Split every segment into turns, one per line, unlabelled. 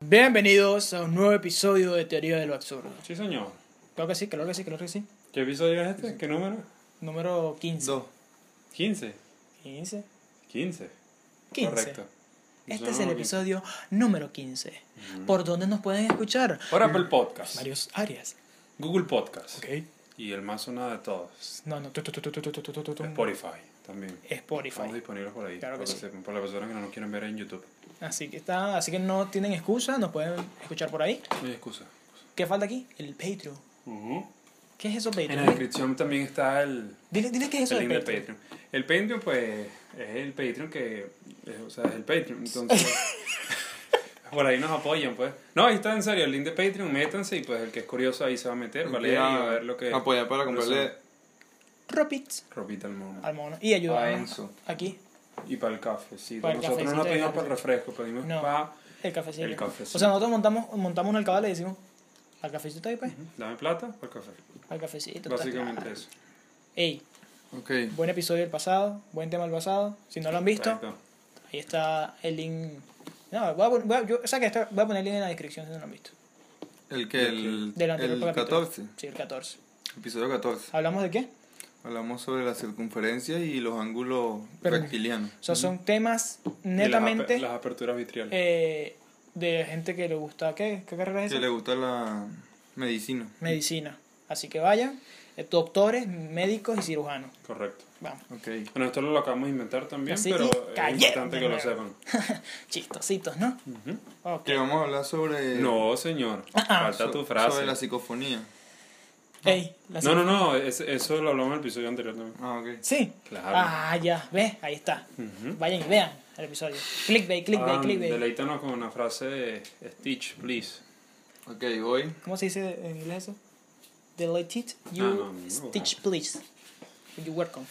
Bienvenidos a un nuevo episodio de Teoría de lo Absurdo.
Sí, señor.
Creo que sí, creo que sí, creo que sí.
¿Qué episodio es este? ¿Qué número?
Número 15.
Dos.
15.
15.
15.
15.
Correcto.
Este
Yo
es el
no-
episodio número 15. ¿Por dónde nos pueden escuchar?
Por Apple Podcast,
Varios áreas.
Google Podcast
Ok.
y el más sonado de todos,
No, no. tu, tu, tu, tu, tu, tu, tu, tu, tu, tu.
Spotify también. Estamos
Spotify.
disponibles por ahí,
Claro que
por,
sí.
las- por las personas que no nos quieren ver en YouTube.
Así que está, así que no tienen excusa, nos pueden escuchar por ahí.
No hay excusa.
¿Qué falta aquí? El Patreon. ¿Qué es eso
En la
Patreon?
descripción también está el,
Dile, dile qué es eso
el link
de
de
Patreon.
Patreon. El Patreon, pues, es el Patreon que... es- o sea, es el Patreon, entonces... Por ahí nos apoyan, pues. No, ahí está en serio, el link de Patreon, métanse y pues el que es curioso ahí se va a meter, ¿vale? Y va a ver lo que...
Apoyar Ah, pues para comprarle
Eso.
Ropits
Ropita al mono.
al mono. Y
a
ayuda
Enzo.
Aquí,
Y para el café, sí.
Para el
Nosotros no
cafecito,
pedimos
el
para el refresco, pedimos
No.
para...
el cafecito.
El
O
cafecito.
sea, nosotros montamos, montamos una alcabala y decimos, al cafecito ahí, pues.
Dame plata para el café.
Al cafecito. ta, ta.
Básicamente eso.
Ey,
Ok.
buen episodio del pasado, buen tema del pasado. Si no lo han visto,
Exacto.
ahí está el link. No, voy a, pon- voy a- yo, o sea que esto- voy a poner el link en la descripción si no lo han visto.
El que el,
Del anterior
el
capítulo.
14,
Sí, el 14.
episodio 14.
¿Hablamos de qué?
Hablamos sobre la circunferencia y los ángulos
Pero-
reptilianos.
O sea, son temas
Y las ape-
netamente
Las, aperturas vitriales.
eh, de gente que le gusta. ¿Qué, ¿Qué carrera es
Que
esa?
le gusta la medicina.
Medicina. Así que vayan, eh, doctores, médicos y cirujanos.
Correcto.
Vamos,
Ok.
Bueno, esto lo acabamos de inventar también,
Así
pero
que
es
cayeron de
importante que lo
nuevo.
sepan.
chistositos, ¿no?
Ujú.
Ok.
Que vamos a hablar
Eh.
sobre...
No, señor.
Ah,
Falta
so-
tu frase.
Sobre la psicofonía.
Ey, la
No, no, no. es- eso lo hablamos en el episodio anterior también.
Ah, ok.
Sí.
Claro.
Ah, ya, ves, ahí está.
Ujú.
Vayan y vean el episodio. Clickbait, clickbait,
Ah,
clickbait.
deleítanos con una frase de Stitch, please.
Ok, voy.
¿Cómo se dice en inglés eso? Delighted you
Ah, No, no, no.
stitch please. You welcome.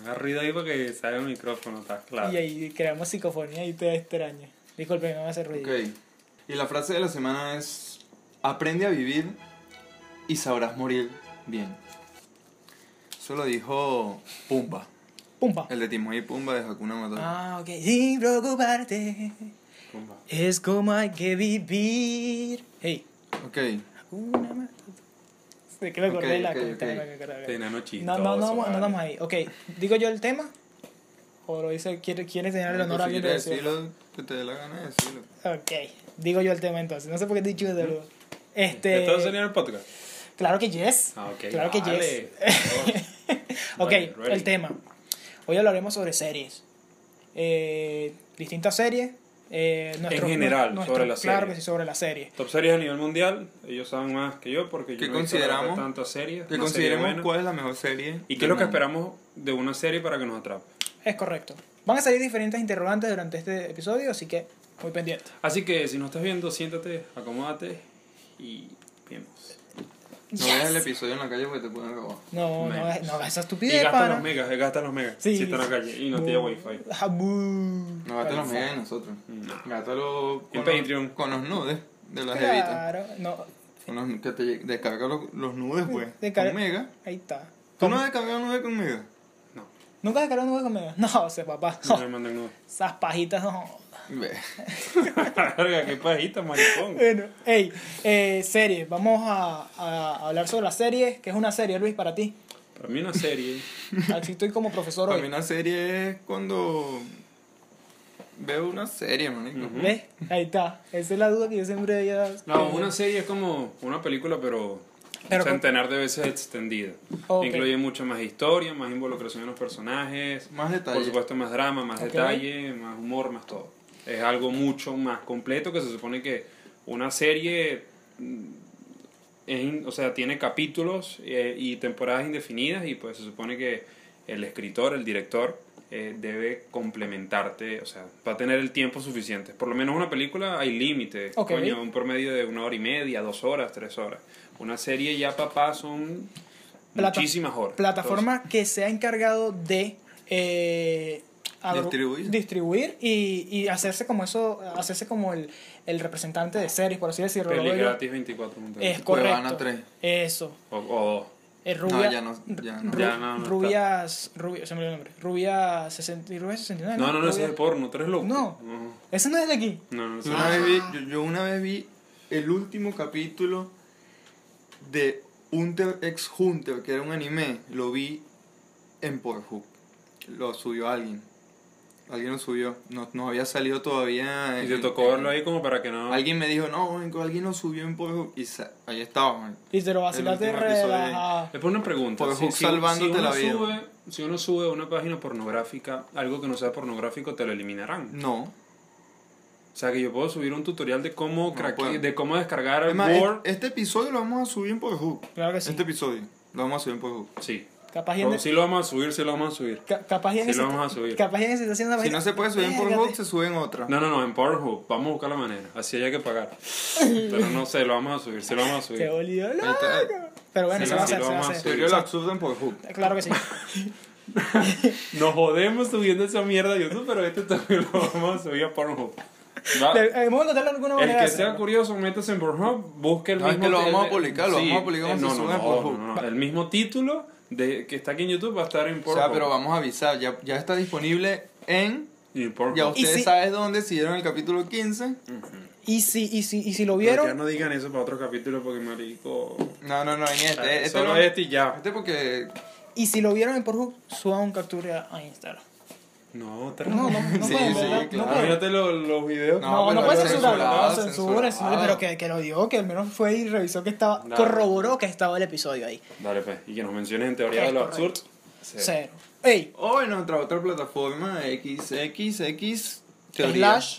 Haga ruido ahí para que salga el micrófono, está claro.
Y ahí creamos psicofonía y te extraña. Disculpe, no me hace ruido.
Ok. Y la frase de la semana es... Aprende a vivir y sabrás morir bien. Eso lo dijo Pumba.
Pumba.
El de Timón y Pumba de Hakuna Matata.
Ah, ok. Sin preocuparte.
Pumba.
Es como hay que vivir. Hey,
Ok.
una más. De que me
Ok,
acordé de la
ok,
cuenta,
ok.
no me acordaba.
Este enano chistoso.
No, no, no, vamos- no
vale.
estamos ahí. Ok, digo yo el tema. O lo dice, quiere, quiere tener el honor a
si
alguien de
quieres
decirlo.
decirlo, que te dé la gana de decirlo.
Ok, digo yo el tema entonces. No sé por qué te he dicho de verdad. Este.
¿Esto sería el podcast?
Claro que yes.
Ah, ok.
Claro que
dale,
yes.
por favor.
Ok,
Ready, ready.
el tema. Hoy hablaremos sobre series. Eh, distintas series. eh, nuestros-
general,
nuestros-
sobre las
Claro
series.
que sí, sobre las series.
Top series a nivel mundial, ellos saben más que yo porque yo
¿Qué
no he visto la verdad
consideramos?
tantas series, una
Que
serie
consideremos
buena.
cuál es la mejor serie.
y qué es lo que esperamos de una serie para que nos atrape.
Es correcto. Van a salir diferentes interrogantes durante este episodio, así que muy pendiente.
Así que si no estás viendo, siéntate, acomódate y vemos.
No veas el episodio en la calle porque te pueden robar.
No, no,
Menos.
no, esa
Y
estupidez,
gasta
pana.
los megas, eh, gasta los megas
Sí.
si está en la calle y no tiene wifi.
Ah, buh.
No gasten los
Exacto.
megas de nosotros.
No.
Gátalo
En
con,
Patreon.
los- con los nudes de las evitas.
Claro, no,
Con los, que te lleg- descarga los, los nudes, pues.
Descarga-
Con mega.
ahí está.
¿Tú no has descargado nudes con mega?
No,
¿Nunca descargaron un juego conmigo? No, o sea, papá.
no me mandan nudo.
Esas pajitas no.
Ve.
Verga, qué pajita, maricón.
Bueno, hey, eh, series. Vamos a, a hablar sobre las series. ¿Qué es una serie, Luis, para ti?
Para mí una serie,
Aquí estoy como profesor
Para mí
hoy.
una serie es cuando veo una serie, manico.
¿Ves? Ahí está. Esa es la duda que yo siempre había.
no, una serie es como una película pero,
Eh. Pero con-
centenar de veces extendida.
Ok.
Incluye mucho más historia, más involucración en los personajes,
Más
Por
detalles.
supuesto, más drama, más
Ok.
detalle, más humor, más todo. Es algo mucho más completo que se supone que una serie, mm, es in- o sea, tiene capítulos eh, y temporadas indefinidas y pues se supone que el escritor, el director, eh, debe complementarte, o sea, va a tener el tiempo suficiente. Por lo menos una película hay límite,
Ok.
coño, un promedio de una hora y media, dos horas, tres horas. Una serie ya papá son
Plata-
muchísimas horas.
Plataforma que se ha encargado de. eh, agru-
Distribuir.
distribuir y, y hacerse como eso hacerse como el, el representante de series por así decirlo
Entonces,
Lo
peli
veo yo.
gratis 24
es
Cuevana
correcto
tres.
eso
O, o dos.
Eh, rubia,
ya no- ya no.
Ru-
Ya no, no
rubias, rubia, se me olvidó el nombre. Rubia 60, y Rubia 69.
No, no, no, ese
Rubia-
es de porno, tú eres loco.
No.
No,
Ese no es de aquí.
no, no, ese
Yo
no.
una, vez vi, yo, yo una vez vi el último capítulo de Hunter x Hunter, que era un anime. Lo vi en Pornhub. Lo subió alguien. Alguien lo subió. No, no había salido todavía.
Y
en-
te tocó verlo ahí como para que no.
Alguien me dijo, no, marico, alguien lo subió en Pornhub. Y sa- ahí estaba, man.
Y te lo vacilaste
último episodio ahí.
relajado.
Es por una pregunta.
Por Hook salvándote
uno
la vida.
Sube, si uno sube una página pornográfica, algo que no sea pornográfico, te lo eliminarán.
No.
O sea, que yo puedo subir un tutorial de cómo,
No
craque-
puedo.
de cómo descargar
Es
el
más, es-
Word.
este episodio lo vamos a subir en Pornhub.
Claro que sí.
Este episodio lo vamos a subir en Pornhub.
Sí.
Capaz y en
Pero sí lo vamos a subir, sí lo vamos a subir.
ca- capaz y en
Sí
ese-
lo vamos a subir.
Capaz y en ese está haciendo una
Si
vaina-
no se puede subir en
Vérgate.
Pornhub, se sube en otra.
No, no, no, en Pornhub. Vamos a buscar la manera. Así haya que pagar. Pero no sé, lo vamos a subir, sí lo vamos a
Qué
subir.
bolido,
Ahí
loco.
está.
Pero bueno,
Sí,
se va a
sí,
hacer,
lo
se va a
vamos a
hacer.
Serio, la absurda en Pornhub.
Claro que sí.
Nos jodemos subiendo esa mierda a YouTube, pero este también lo vamos a subir a Pornhub. Va.
Debemos tratarlo de alguna
Ah. El
manera.
que
de
sea
hacerlo.
curioso, métase en Pornhub, busque el
No, es
mismo
que lo vamos a
el-
publicar, lo vamos a publicar
eh,
cuando
no,
se
no,
suba en
no,
Pornhub.
no, no. El mismo título de, que está aquí en YouTube va a estar en
O
Pornhub.
sea, pero vamos a avisar, ya, ya está disponible en...
Y en Pornhub.
Ya ustedes
si-
saben dónde, si vieron el capítulo 15.
Y si, y si, y si lo
Pero ya
vieron,
no digan eso para otro capítulo porque marico.
No, no, no, en este.
Ah,
este
solo
lo-
este y ya.
Este porque...
y si lo vieron en Pornhub, suban un captura a Instagram.
No,
No, no, no
Sí,
pueden,
sí,
¿verdad?
claro.
No pueden.
Mírate lo- los videos.
No,
No,
pero
no puede
lo
censurarlo, no
censurado,
censura,
censurado.
Ah.
pero que, que lo dio, que al menos fue y revisó que estaba,
Claro.
corroboró que estaba el episodio ahí.
Dale, pues. Y que nos menciones en teoría de
Es
lo
correcto.
absurdo. Sí.
Cero. Ey,
O en nuestra otra plataforma, XXX... Teoría.
slash,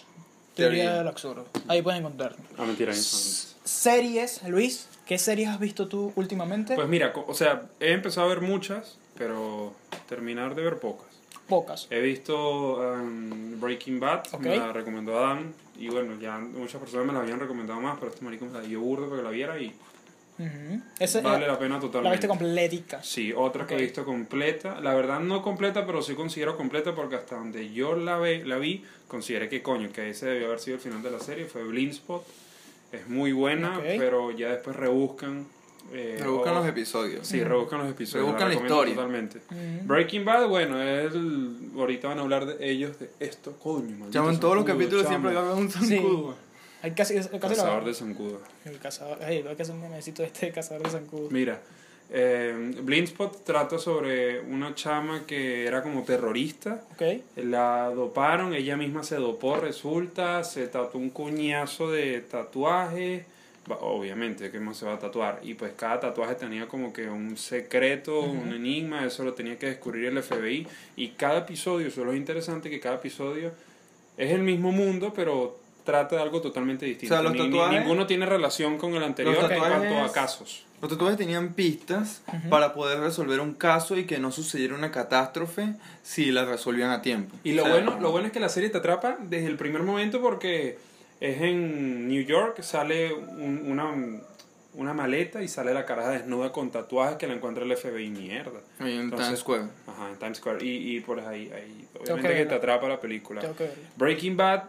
teoría
Teoría.
del absurdo. Ahí pueden encontrar.
Ah, mentira, Instagram.
Series, Luis, ¿qué series has visto tú últimamente?
Pues mira, co- o sea, he empezado a ver muchas, pero terminar de ver pocas.
Pocas.
He visto um, Breaking Bad,
Ok.
me la recomendó Adam. Y bueno, ya muchas personas me la habían recomendado más, pero este marico me la dio burdo para que la viera y
Ujú. Esa-
vale
eh, la,
la pena totalmente.
la viste completica.
Sí, otra que
Ok.
he visto completa. La verdad no completa, pero sí considero completa porque hasta donde yo la, ve, la vi, consideré que coño, que ese debió haber sido el final de la serie, fue Blindspot. Es muy buena,
Ok.
pero ya después rebuscan. eh,
Rebuscan
o-
los episodios.
Sí, rebuscan los episodios.
Rebuscan la
recomiendo
historia.
Totalmente.
Ujú.
Breaking Bad, bueno, es el- ahorita van a hablar de ellos, de esto, coño, maldito.
Chamo, en todos los
zancudo,
capítulos
chamo.
siempre agarran un
Sí.
zancudo.
Hay casi, casi la-
Cazador de zancudo.
El cazador, ay, lo que es un memecito este de cazador de zancudo.
Mira, eh, Blindspot trata sobre una chama que era como terrorista.
Ok.
La doparon, ella misma se dopó, resulta, se tatuó un coñazo de tatuajes. Va- Obviamente, que más se va a tatuar? Y pues cada tatuaje tenía como que un secreto, un enigma, eso lo tenía que descubrir el FBI. Y cada episodio, eso es lo interesante, que cada episodio es el mismo mundo, pero trata de algo totalmente distinto.
O sea, los
Ni- ni-
tatuajes-
ninguno tiene relación con el anterior
Los
en cuanto
tatuajes-
a casos.
Los tatuajes tenían pistas para poder resolver un caso y que no sucediera una catástrofe si la resolvían a tiempo.
Y lo
O sea,
bueno, lo bueno es que la serie te atrapa desde el primer momento porque es en New York, sale un- una, una maleta y sale la caraja desnuda con tatuajes que la encuentra el FBI, mierda.
En
Entonces-
Times Square.
Ajá, en Times Square. Y, y por ahí, ahí
Tengo que
obviamente que
verla.
te atrapa la película.
Tengo que verlo.
Breaking Bad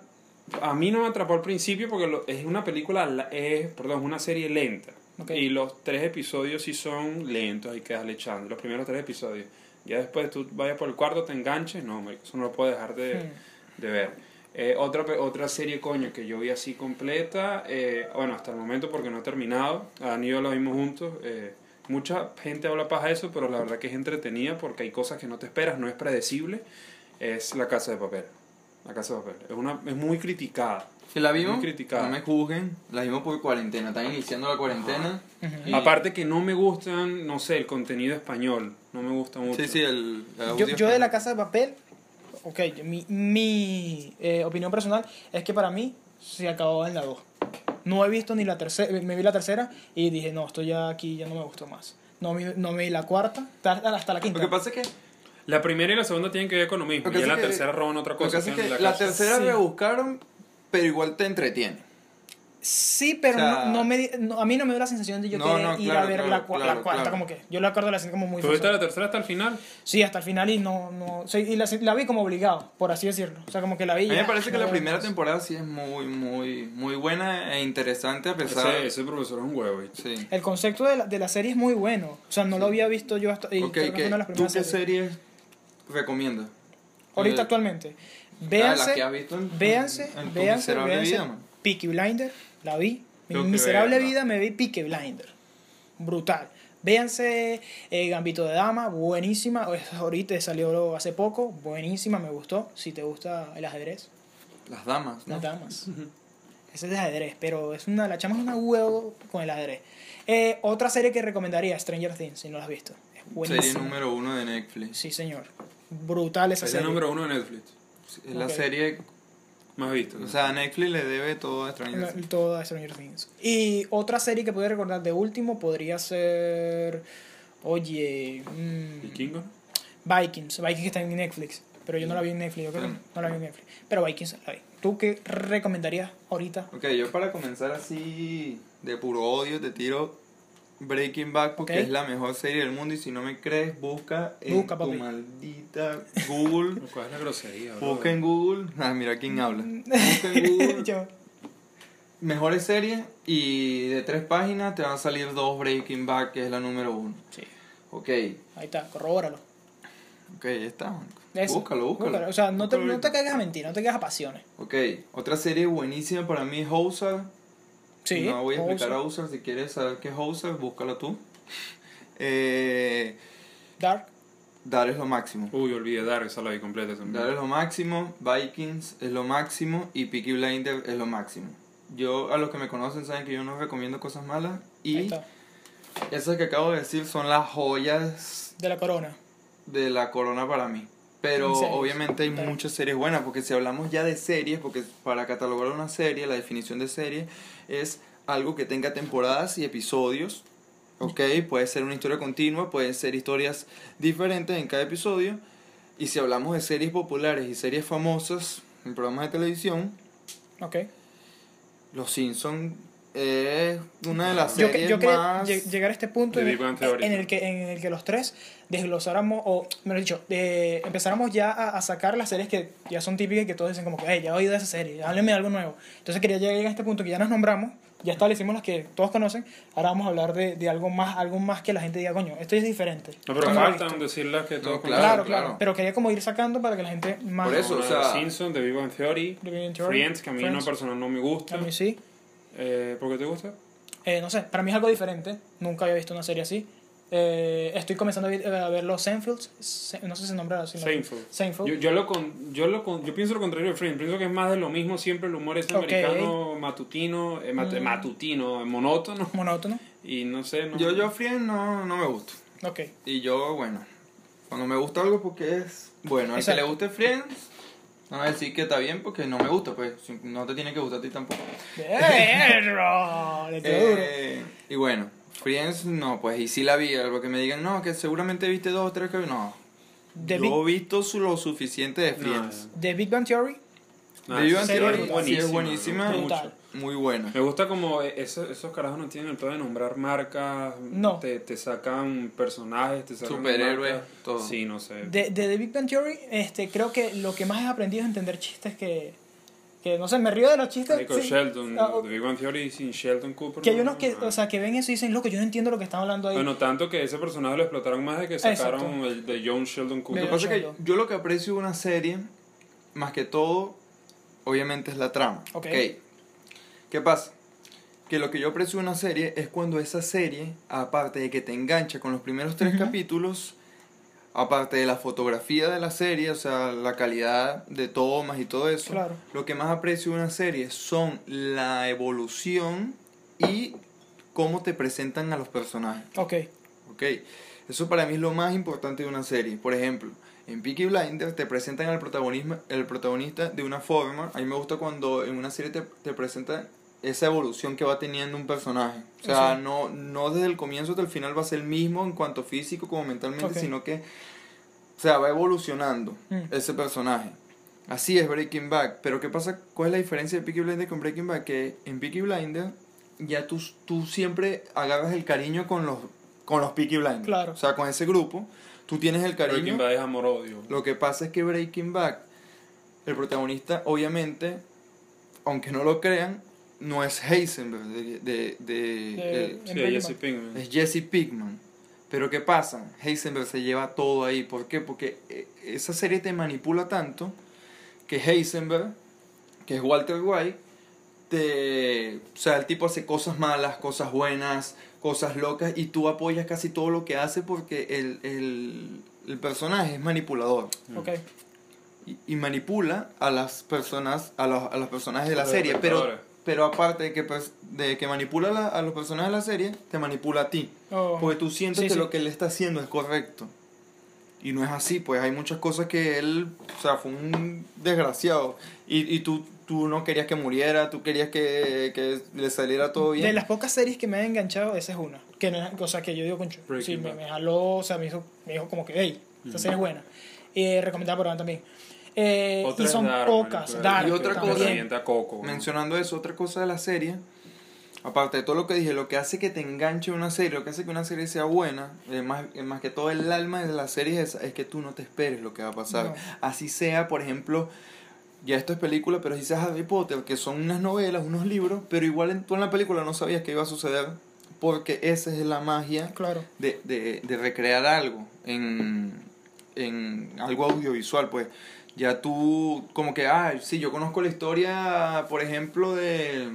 a mí no me atrapó al principio porque lo- es una película, la- es, perdón, es una serie lenta.
Ok.
Y los tres episodios sí son lentos, hay que darle echando. Los primeros tres episodios. Ya después tú vayas por el cuarto, te enganches. No, marico, eso no lo puedo dejar de,
Hmm.
de ver. Eh, otra, pe- otra serie, coño, que yo vi así completa. eh, bueno, hasta el momento porque no he terminado. Han ido lo vimos juntos. eh, mucha gente habla paja de eso, pero la verdad que es entretenida porque hay cosas que no te esperas, no es predecible. Es La Casa de Papel. La Casa de Papel. Es, una, es muy criticada.
Si la vimos,
Muy criticada.
no me juzguen, la vimos por cuarentena, están iniciando la cuarentena.
Ujú.
y-
Aparte que no me gustan, no sé, el contenido español. No me gusta mucho.
Sí, sí, el, el
Yo,
audio
yo de la casa de papel, ok, mi, mi eh, opinión personal es que para mí se acabó en la 2. No he visto ni la tercera, me vi la tercera y dije, no, esto ya aquí ya no me gustó más. No, me- no me vi la cuarta, ta- hasta la
Lo
quinta.
que pasa es que,
La primera y la segunda tienen que ver con lo mismo.
Lo que
y ya
sí
la
que-
tercera roban otra
lo que
cosa.
pasa es
tienen
que
la
la
casa.
tercera
Sí.
rebuscaron, pero igual te entretiene.
Sí, pero
O sea,
no, no me, di- no, a mí no me dio la sensación de yo
No,
querer
no,
ir a
claro,
ver
claro,
la, cua- la
claro,
cuarta,
claro.
como que. Yo la acuerdo la sentí como muy
¿Tuviste
forzada.
la tercera hasta el final?
Sí, hasta el final y no. no o sea, y la, la vi como obligado, por así decirlo. O sea, como que la vi.
A mí me
ya,
parece que
no
la
veo
primera
más.
temporada sí es muy, muy, muy buena e interesante a pesar
Ese, ese profesor es un huevo. ¿viste?
Sí.
El concepto de la, de la serie es muy bueno. O sea, no lo había visto yo hasta. Y
Ok,
creo que fue
¿qué-
una de las
¿tú
primeras
qué
series.
series recomiendas?
Ahorita
Eh,
actualmente.
Ah, las
Véanse.
que has visto en-
Véanse.
en tu
Véanse.
miserable
Véanse.
vida, man.
Peaky Blinder. La vi. Mi
Tengo que
miserable
verla.
vida me vi Peaky Blinder. Brutal. Véanse eh, Gambito de Dama. Buenísima. O- Ahorita salió hace poco. Buenísima. Me gustó. Si te gusta el ajedrez.
Las damas, ¿no?
Las damas. Ese es de ajedrez, pero es una, la chama es una huevo con el ajedrez. Eh, otra serie que recomendaría, Stranger Things, si no la has visto. Es buenísima.
Serie número uno de Netflix.
Sí, señor. Brutal esa
Ese es
serie.
el número uno de Netflix.
Es la
Ok.
serie,
Más visto. ¿no?
o sea, a Netflix le debe todo a Stranger
No,
Things.
Toda Stranger Things. Y otra serie que podría recordar de último podría ser. Oye. mm,
Vikingo.
Vikings. Vikings está en Netflix. Pero yo no la vi en Netflix, yo creo.
Mm.
No la vi en Netflix. Pero Vikings la vi. ¿Tú qué recomendarías ahorita?
Ok, yo para comenzar así de puro odio te tiro Breaking Bad porque
Ok.
es la mejor serie del mundo y si no me crees busca en
Busca,
tu
papi.
maldita Google.
¿Cuál es la grosería? bro?
busca en Google. Ah, mira quién habla. Busca en Google.
Mm. Yo-
Mejores series y de tres páginas te van a salir dos Breaking Bad que es la número uno.
Sí,
Ok,
ahí está, corrobóralo.
ok, ahí está.
Eso.
Búscalo, búscalo.
O sea, no te,
Búscalo
no te
ahorita.
caigas a mentir, no te caigas a pasiones.
Ok, otra serie buenísima para mí es Housar.
Sí.
no voy a
o
explicar
sea,
a Housar. Si quieres saber qué es Housar, búscala tú. Eh,
Dark.
Dar es lo máximo.
Uy, olvidé dar esa la vi completa también.
Dar es lo máximo. Vikings es lo máximo. Y Peaky Blinder es lo máximo. Yo, a los que me conocen, saben que yo no recomiendo cosas malas.
Ahí
Y
está.
esas que acabo de decir son las joyas
De la corona.
de la corona para mí. Pero
¿En serio?
obviamente hay
Claro.
muchas series buenas, porque si hablamos ya de series, porque para catalogar una serie, la definición de serie es algo que tenga temporadas y episodios, ¿ok? Puede ser una historia continua, pueden ser historias diferentes en cada episodio. Y si hablamos de series populares y series famosas en programas de televisión,
Ok.
Los Simpsons es una de las
Yo, que-
series
yo quería
más...
lle- llegar a este punto
The
en,
Big Bang Theory.
en el que, en el que los tres desglosáramos, o mejor dicho, eh, empezáramos ya a, a sacar las series que ya son típicas y que todos dicen como que, hey, ya he oído de esa serie, háblenme de algo nuevo. Entonces quería llegar a este punto que ya nos nombramos, ya establecimos las que todos conocen, ahora vamos a hablar de, de algo más algo más que la gente diga, coño, esto es diferente.
No, pero
No lo he
faltan
visto.
decirlas que todos
claro,
Claro, claro,
claro.
Pero quería como ir sacando para que la gente más...
Por eso, o sea-
Simpson, The Big Bang Theory,
The Big Bang Theory,
Friends, que a mí no
Friends.
personal no me
A
gusta.
mí sí.
Eh, ¿Por qué te gusta?
Eh, no sé, para mí es algo diferente. Nunca había visto una serie así. Eh, estoy comenzando a ver, a ver los Seinfelds. Se- no sé si se nombra así. ¿no?
Seinfeld.
Seinfeld.
Yo, yo, lo con, yo, lo con- yo pienso lo contrario de Friends. Pienso que es más de lo mismo siempre el humor es
Ok.
americano, matutino, eh, mat-
Mm.
matutino, eh, monótono.
Monótono.
Y no sé, no.
Yo, yo Friends no, no me gusta.
Ok.
Y yo, bueno, cuando me gusta algo porque es... Bueno, al que
Exacto.
le guste Friends, no va a decir que está bien porque no me gusta, pues si- no te tiene que gustar a ti tampoco.
¡Perro! Le tiró duro.
Eh, y bueno, Friends no, pues y sí la vi, algo que me digan, no, que seguramente viste dos o tres que... No,
The,
yo he
Big,
visto su- lo suficiente de
No,
Friends.
The Big Bang Theory.
no,
The Big Bang
esa serie
Theory sí es
buenísima.
me gusta
Brutal.
mucho.
Muy buena.
Me gusta como eh, esos, esos carajos no tienen el todo de nombrar marcas.
No.
Te, te sacan personajes, te sacan.
Superhéroes,
marcas.
todo.
Sí, no sé.
De, de The Big Bang Theory, este, creo que lo que más he aprendido es entender chistes que. que no sé, me río de los chistes.
Michael
sí.
Sheldon,
Ah,
The Big Bang Theory sin Sheldon Cooper.
Que hay
no,
unos que,
no.
o sea, que ven eso y dicen, loco, yo no entiendo lo que están hablando ahí.
Bueno, tanto que ese personaje lo explotaron más de que
Exacto.
sacaron el de John Sheldon
Lo
Pero
que
Cooper.
pasa es que
Sheldon.
yo lo que aprecio de una serie, más que todo, obviamente es la trama.
Ok.
ok. ¿Qué pasa? Que lo que yo aprecio de una serie es cuando esa serie, aparte de que te engancha con los primeros tres capítulos, aparte de la fotografía de la serie, o sea, la calidad de tomas y todo eso,
Claro.
lo que más aprecio de una serie son la evolución y cómo te presentan a los personajes.
Ok.
¿ok? Eso para mí es lo más importante de una serie. Por ejemplo, en Peaky Blinders te presentan al protagonismo, el protagonista de una forma. A mí me gusta cuando en una serie te, te presentan esa evolución que va teniendo un personaje. O sea,
Sí.
no, no desde el comienzo hasta el final va a ser el mismo en cuanto físico como mentalmente,
Ok.
sino que, o sea, va evolucionando
Mm.
ese personaje. Así es Breaking Bad. Pero ¿qué pasa? ¿Cuál es la diferencia de Peaky Blinders con Breaking Bad? Que en Peaky Blinders ya tú, tú siempre agarras el cariño con los, con los Peaky Blinders.
Claro.
O sea, con ese grupo, tú tienes el cariño.
Breaking Bad es amor-odio.
Lo que pasa es que Breaking Bad, el protagonista, obviamente, aunque no lo crean, no es Heisenberg, de, de- de-
De-
Sí,
En Breaking
Jesse
Bad.
Pinkman.
de- es Jesse Pinkman. Pero ¿qué pasa? Heisenberg se lleva todo ahí. ¿Por qué? Porque eh, esa serie te manipula tanto que Heisenberg, que es Walter White, te, o sea, el tipo hace cosas malas, cosas buenas, cosas locas, y tú apoyas casi todo lo que hace porque el, el, el personaje es manipulador
Ok.
y, y manipula a las personas a los, a los personajes de la
Los
serie pero
espectadores.
pero aparte de que pers- de que manipula la- a los personajes de la serie te manipula a ti
Oh,
porque tú sientes
Sí,
que
sí.
lo que él está haciendo es correcto y no es así pues hay muchas cosas que él o sea fue un desgraciado y, y tú tú no querías que muriera tú querías que, que le saliera todo bien
De las pocas series que me han enganchado, esa es una. Que no, o sea, que yo digo, concho,
Breaking
sí, me,
Bad.
me jaló, o sea, me hizo, me dijo como que, hey, esta serie es buena. Eh, recomendada por Van también. Eh,
Otra
y
es
son
Dark,
pocas.
marico,
Dark,
Y otra
también.
cosa-
revienta Coco. ¿no?
Mencionando eso, otra cosa de la serie, aparte de todo lo que dije, lo que hace que te enganche una serie, lo que hace que una serie sea buena, eh, más, eh, más que todo el alma de la serie es, es que tú no te esperes lo que va a pasar.
No.
Así sea, por ejemplo, ya esto es película, pero si sea Harry Potter, que son unas novelas, unos libros, pero igual en, tú en la película no sabías que iba a suceder, porque esa es la magia
Claro.
de, de, de recrear algo en, en algo audiovisual, pues ya tú como que, ah, sí, yo conozco la historia, por ejemplo, de,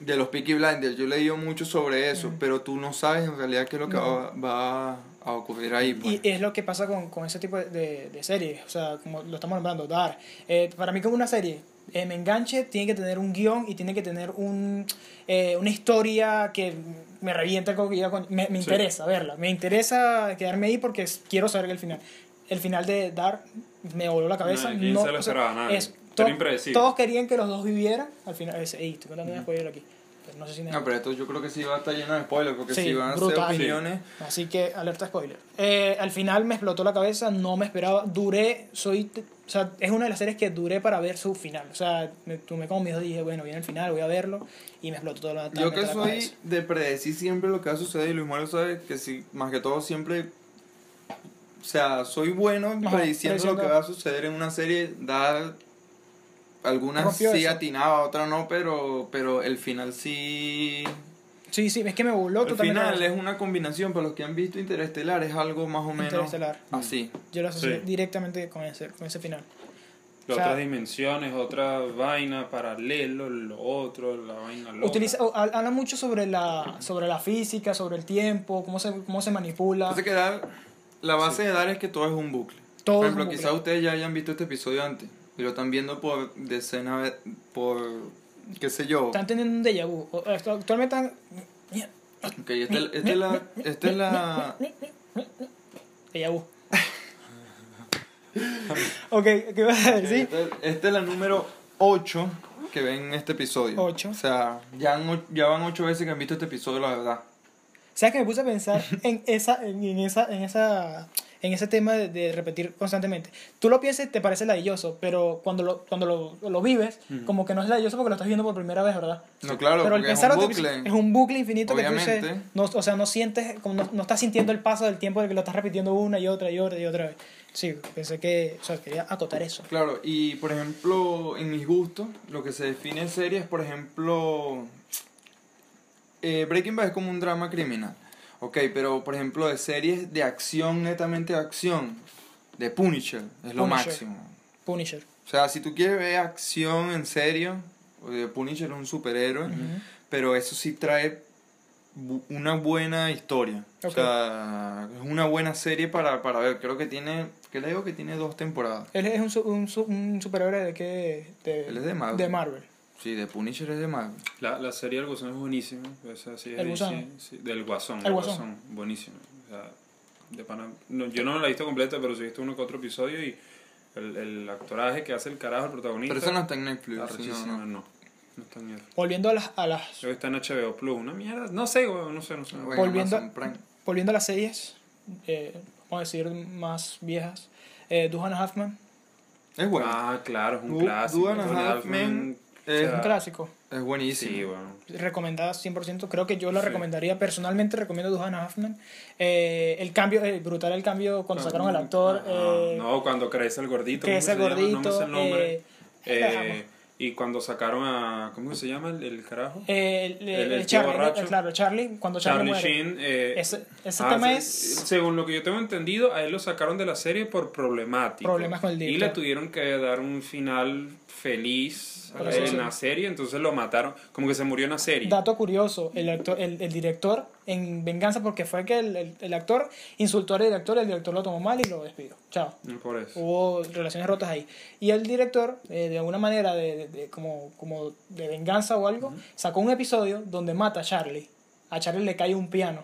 de los Peaky Blinders, yo he leído mucho sobre eso,
Ujú.
pero tú no sabes en realidad qué es lo que
Mm. No.
va, va a ocurrir ahí. Pues.
Y es lo que pasa con, con ese tipo de, de- de series, o sea, como lo estamos nombrando, Dark. Eh, para mí como una serie eh, me enganche, tiene que tener un guión y tiene que tener un, eh, una historia que me revienta el coco y ya con- me, me
Sí.
interesa verla, me interesa quedarme ahí porque es- quiero saber el final. El final de Dark me voló la cabeza.
Nadie, ¿quién
no,
se lo
o sea,
esperaba? Nadie.
es-
Era
to-
impredecible.
todos querían que los dos vivieran, al final, es, ey, estoy contando un spoiler aquí, pero no sé si me-
No, pero esto yo creo que sí va a estar lleno de spoilers, porque
Sí,
si van a ser
brutal.
opiniones...
Así que alerta spoiler. Eh, al final me explotó la cabeza, no me esperaba. Duré, soy. t- O sea, es una de las series que duré para ver su final. O sea, me, tomé como miedo y dije, bueno, viene el final, voy a verlo. Y me explotó toda la
Yo que
totalmente la
soy
cabeza.
de predecir siempre lo que va a suceder y Luis Mario sabe que sí, más que todo siempre, o sea, soy bueno
Ajá,
prediciendo lo que
prediciendo.
va a suceder en una serie, dar algunas
Rompió
sí
eso.
atinaba, otra no, pero pero el final sí.
Sí, sí, es que me voló
El
totalmente. la
final es
cabeza.
una combinación para los que han visto Interestelar, es algo más o menos
Interestelar. Mm.
así.
Yo lo asocié
Sí.
directamente con ese, con ese final.
Las
O sea-
otras dimensiones, otra vaina, paralelo, lo otro, la vaina loca.
Utiliza, o- ha- habla mucho sobre la, sobre la física, sobre el tiempo, cómo se, cómo se manipula.
Entonces que dar, la base de dar es que todo es un bucle.
Todo
por
es un
ejemplo,
bucle.
quizás ustedes ya hayan visto este episodio antes y lo están viendo por decenas de- por qué sé yo.
Están teniendo un déjà vu. O- Actualmente están.
Ok, esta, esta es la esta es la
Déjà vu. ok, ¿qué vas a decir?
esta, esta es la número 8 que ven en este episodio.
Ocho.
O sea, ya, han o- ya van 8 veces que han visto este episodio, la verdad.
¿Sabes que me puse a pensar en esa, en, en esa, en esa, en ese tema de, de repetir constantemente? Tú lo piensas y te parece ladilloso, pero cuando lo, cuando lo, lo vives, como que no es ladilloso porque lo estás viendo por primera vez, ¿verdad?
No, claro,
pero el
porque es
pensar
un
otro-
bucle.
es un bucle infinito que tú dices,
Obviamente.
no, o sea, no sientes, como no, no estás sintiendo el paso del tiempo de que lo estás repitiendo una y otra y otra y otra vez. Sí, pensé que, o sea, quería acotar eso.
Claro, y por ejemplo, en mis gustos, lo que se define en serie es, por ejemplo, eh, Breaking Bad es como un drama criminal. Ok, pero por ejemplo, de series de acción, netamente de acción, de Punisher, es lo
Punisher.
máximo.
Punisher.
O sea, si tú quieres ver acción en serio, o de Punisher es un superhéroe,
Ujú.
pero eso sí trae bu- una buena historia. O
Ok.
sea, es una buena serie para, para ver. Creo que tiene, ¿qué le digo? Que tiene dos temporadas.
Él es un, su- un, su- un superhéroe de que. De,
Él es de Marvel.
De Marvel.
Sí, de Punisher es de Marvel.
La, la serie del Guasón es buenísima. esa sí es
¿El
de-
Gusano?
sí, del Guasón.
El
del
Guasón.
Buenísimo. O sea, de pana- no, yo no la he visto completa, pero sí he visto uno que otro episodio y el, el actoraje que hace el carajo, el protagonista.
Pero eso no está en Netflix.
está
sí, no,
arrechísima,
no.
no. No está en Netflix.
Volviendo a las, a las,
Creo que está en HBO Plus. Una mierda. No sé, weón, no sé, no sé.
Bueno,
Volviendo-
Amazon Prime.
volviendo a las series, eh, vamos a decir más viejas. Eh, Duhan Huffman,
Es bueno.
Ah, claro, es un
Du-
clásico.
Duan and
Don
Half
Elfman,
Men
o
es un
Un
sea,
clásico.
Es buenísimo.
Sí, bueno.
Recomendada 100%. Creo que yo la
Sí.
recomendaría. Personalmente recomiendo Duhan Hoffman. Eh, el cambio, eh, brutal el cambio cuando sacaron al actor.
Ajá.
eh,
Ah, no, cuando crece el gordito.
que
¿cómo
es
se
el
llama? No me
gordito.
sé el nombre.
eh,
Eh, y cuando sacaron a. ¿Cómo se llama el, el carajo?
eh, el, el-
el
el
tío
Charlie,
borracho.
eh, claro, Charlie, cuando Charlie,
Charlie
muere.
Sheen. eh,
Ese, ese
ah,
tema
se-
es.
Según lo que yo tengo entendido, a él lo sacaron de la serie por problemática.
Problemas con el
Y
director.
le tuvieron que dar un final feliz
Por
a-
eso
en
sí.
la serie, entonces lo mataron. Como que se murió en la serie.
Dato curioso, el, actor, el, el director, en venganza porque fue que el, el- el actor insultó al director, el director lo tomó mal y lo despidió. Chao.
Mm, Por eso.
Hubo relaciones rotas ahí. Y el director, eh, de alguna manera, de, de- de- como, como de venganza o algo, sacó un episodio donde mata a Charlie. A Charlie le cae un piano.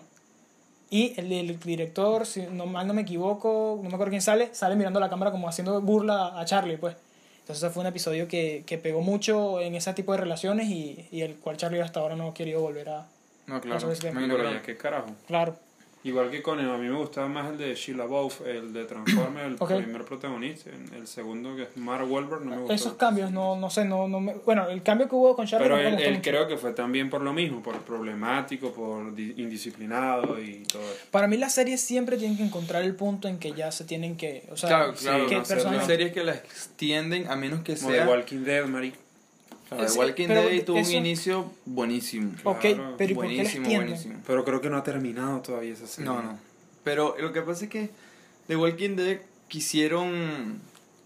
Y el, el director, si no mal no me equivoco, no me acuerdo quién sale, sale mirando a la cámara como haciendo burla a Charlie, pues. Entonces ese fue un episodio que, que pegó mucho en ese tipo de relaciones y, y el cual Charlie hasta ahora no ha querido volver a...
No, claro.
Eso es de-
muy
Pero
logrado.
ya, ¿qué carajo?
Claro,
Igual que con el, a mí me gustaba más el de Sheila Boff, el de Transformers, el
Ok.
primer protagonista, el segundo que es Mark Wahlberg, no me gustó.
esos cambios, no, no sé, no, no me- Bueno, el cambio que hubo con Charlie...
Pero
no me
él,
gustó
él
mucho.
creo que fue también por lo mismo, por problemático, por di- indisciplinado y todo eso.
Para mí las series siempre tienen que encontrar el punto en que ya se tienen que... O sea,
claro,
sí,
claro.
que
no,
personas-
Son series que las extienden a menos que
Como de
sea.
Walking Dead, Mari.
Claro,
Sí,
Walking
pero
Dead tuvo
eso-
un inicio buenísimo.
Ok,
Claro,
pero ¿y por qué las
buenísimo,
tienden?
buenísimo.
Pero creo que no ha terminado todavía esa serie.
No, no. Pero lo que pasa es que The Walking Dead quisieron.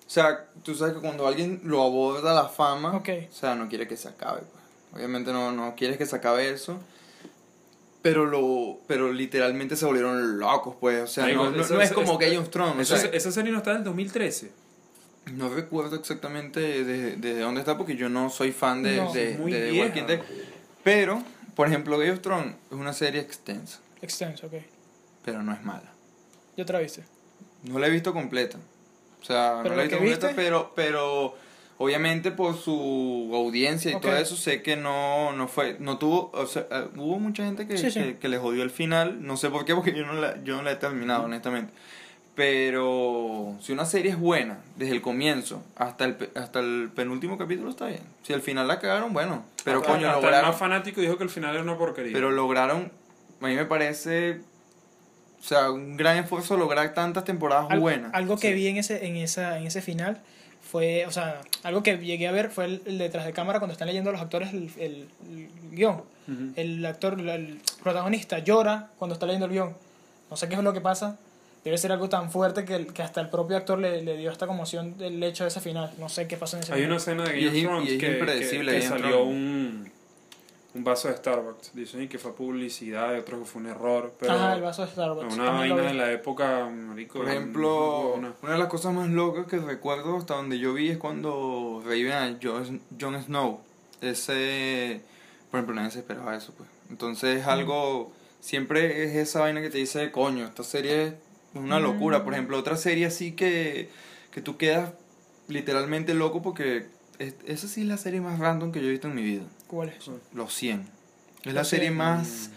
O sea, tú sabes que cuando alguien lo aborda la fama,
Ok.
o sea, no quiere que se acabe. pues. Obviamente no, no quieres que se acabe eso. Pero lo pero literalmente se volvieron locos, pues. O sea,
Digo,
no, no-
eso-
no es
eso-
como
eso-
Game of Thrones.
Esa,
o sea,
esa serie no está del 2013.
no recuerdo exactamente desde de dónde está porque yo no soy fan de,
No,
de,
es muy
de The
vieja.
Walking Dead. Pero, por ejemplo, Game of Thrones es una serie extensa,
Extenso, ok.
pero no es mala.
Yo te la viste.
No la he visto completa. O sea,
Pero
no la
la
he visto
que
completa,
viste-
pero, pero obviamente por su audiencia y
Ok.
todo eso, sé que no, no fue, no tuvo, o sea, eh, hubo mucha gente que,
Sí, sí.
que, que le jodió el final, no sé por qué, porque yo no la, yo no la he terminado, honestamente. Pero si una serie es buena, desde el comienzo hasta el, pe- hasta el penúltimo capítulo está bien. Si al final la cagaron, bueno. Pero
Hasta-
coño,
hasta el
lograron,
más fanático dijo que el final era una porquería.
pero lograron, a mí me parece, o sea, un gran esfuerzo lograr tantas temporadas
Al-
buenas.
Algo que
Sí.
vi en ese, en, esa, en ese final fue, o sea, algo que llegué a ver fue el, el detrás de cámara cuando están leyendo los actores el, el- el guión.
Ujú.
El actor, el- el protagonista llora cuando está leyendo el guión. No sé qué es lo que pasa. Debe ser algo tan fuerte que, el- que hasta el propio actor le, le dio esta conmoción del hecho de ese final. No sé qué pasó en ese
Hay una
final.
escena de
Y
Game
es
of
im-
Thrones
y es
que, que-
impredecible,
que
Game of
salió
Thrones.
un, un vaso de Starbucks. Dicen y que fue publicidad, otros que fue un error. Pero
Ajá, el vaso de Starbucks.
una
también lo
vaina
vi.
de la época, marico.
Por
era
ejemplo,
una-
una de las cosas más locas que recuerdo hasta donde yo vi es cuando reviven a Jon Jon Snow. Ese, por ejemplo, nadie se esperaba eso, pues. Entonces es algo, siempre es esa vaina que te dice, coño, esta serie es una locura. Por ejemplo, otra serie así que, que tú quedas literalmente loco porque es- esa sí es la serie más random que yo he visto en mi vida.
¿Cuál es?
Los 100. Es la
Los
serie
100.
más...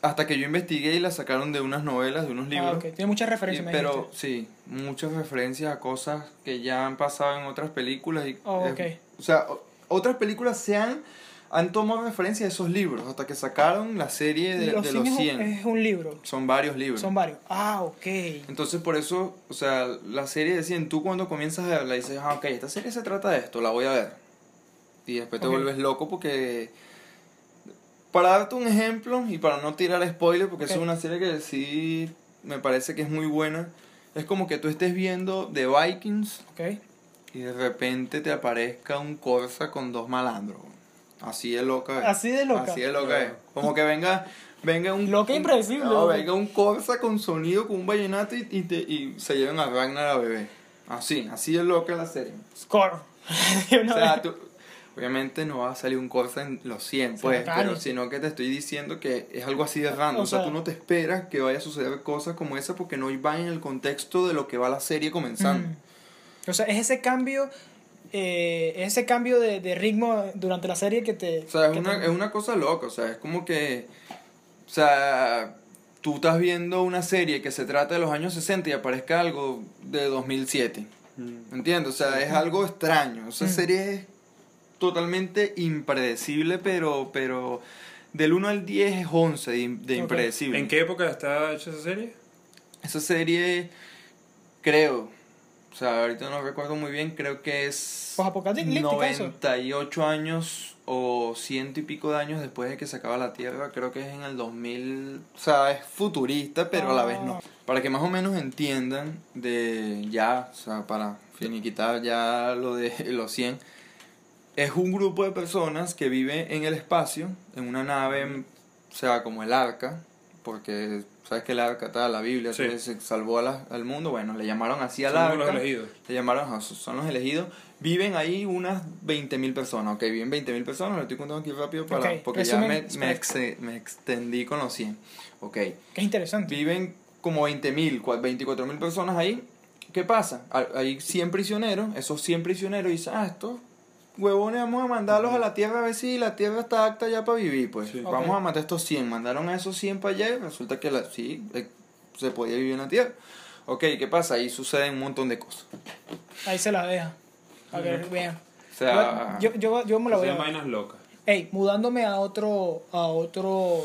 Hasta que yo investigué y la sacaron de unas novelas, de unos libros.
Ah, ok. Tiene muchas
Sí,
referencias. me
pero
dijiste.
sí, muchas referencias a cosas que ya han pasado en otras películas. Y,
Oh,
es-
ok.
o sea, o- otras películas se han, han tomado referencia a esos libros, hasta que sacaron la serie de de los,
Los Sims es un-
100.
Es un libro.
Son varios libros.
Son varios. Ah, ok.
Entonces, por eso, o sea, la serie de 100, tú cuando comienzas a verla dices, ah, ok, esta serie se trata de esto, la voy a ver. Y después te
Ok.
vuelves loco porque... Para darte un ejemplo y para no tirar spoiler, porque
Ok.
es una serie que sí me parece que es muy buena, es como que tú estés viendo The Vikings
Ok.
y de repente te aparezca un Corsa con dos malandros. Así es loca. es.
Así de loca.
Así es loca. es. Como que venga, venga un.
Loca e
un-
impredecible,
no,
loca.
venga un Corsa con sonido, con un vallenato y, y, te- y se lleven a Ragnar a bebé. Así, así es loca la serie.
Score. De
O
una
sea,
vez.
tú- obviamente no va a salir un Corsa en los 100,
Sí,
pues,
no,
pero
cállate.
sino que te estoy diciendo que es algo así de random.
O
O sea,
sea-
tú no te esperas que vaya a suceder cosas como esa porque no van en el contexto de lo que va la serie comenzando.
Mm. O sea, es ese cambio. eh, ese cambio de, de ritmo durante la serie que te.
O sea, es
que
una,
te-
es una cosa loca, o sea, es como que. O sea, tú estás viendo una serie que se trata de los años 60 y aparezca algo de 2007.
Mm.
¿Entiendes? O sea, es algo extraño. Esa
Mm.
serie es totalmente impredecible, pero, pero del 1 al 10 es 11 de, im- de
Ok.
impredecible.
¿En qué época está hecha esa serie?
Esa serie, creo, o sea, ahorita no recuerdo muy bien, creo que es
Posapocalíptica, eso.
98 años o ciento y pico de años después de que se acaba la Tierra, creo que es en el 2000, o sea, es futurista, pero a la vez no. Para que más o menos entiendan de ya, o sea, para finiquitar ya lo de los 100, es un grupo de personas que vive en el espacio, en una nave, o sea, como el arca, porque sabes que el arca está la Biblia,
Sí.
que se salvó a la- al mundo, bueno, le llamaron así al
Somos los
arca.
elegidos.
Se llamaron, ajá, son- son los elegidos. Viven ahí unas 20.000 personas. Ok, viven 20.000 personas. Lo estoy contando aquí rápido para,
Ok,
porque ya
resumen,
me,
espera.
me, exe- me extendí con los 100. Ok,
Que es interesante.
viven como 20.000, cua- 24.000 personas ahí. ¿Qué pasa? Al- Hay 100 prisioneros. Esos 100 prisioneros dicen, ah, estos huevones vamos a mandarlos a la tierra a ver si la tierra está apta ya para vivir. Pues
Sí.
vamos
Ok.
a matar estos 100. Mandaron a esos 100 para allá y resulta que la, sí, eh, se podía vivir en la tierra. Ok, ¿qué pasa? Ahí suceden un montón de cosas.
Ahí se la deja. A ver, vean.
O sea,
yo, yo, yo me la
Se
voy a
llaman
ver.
vainas locas.
Ey, mudándome a otro, a otro,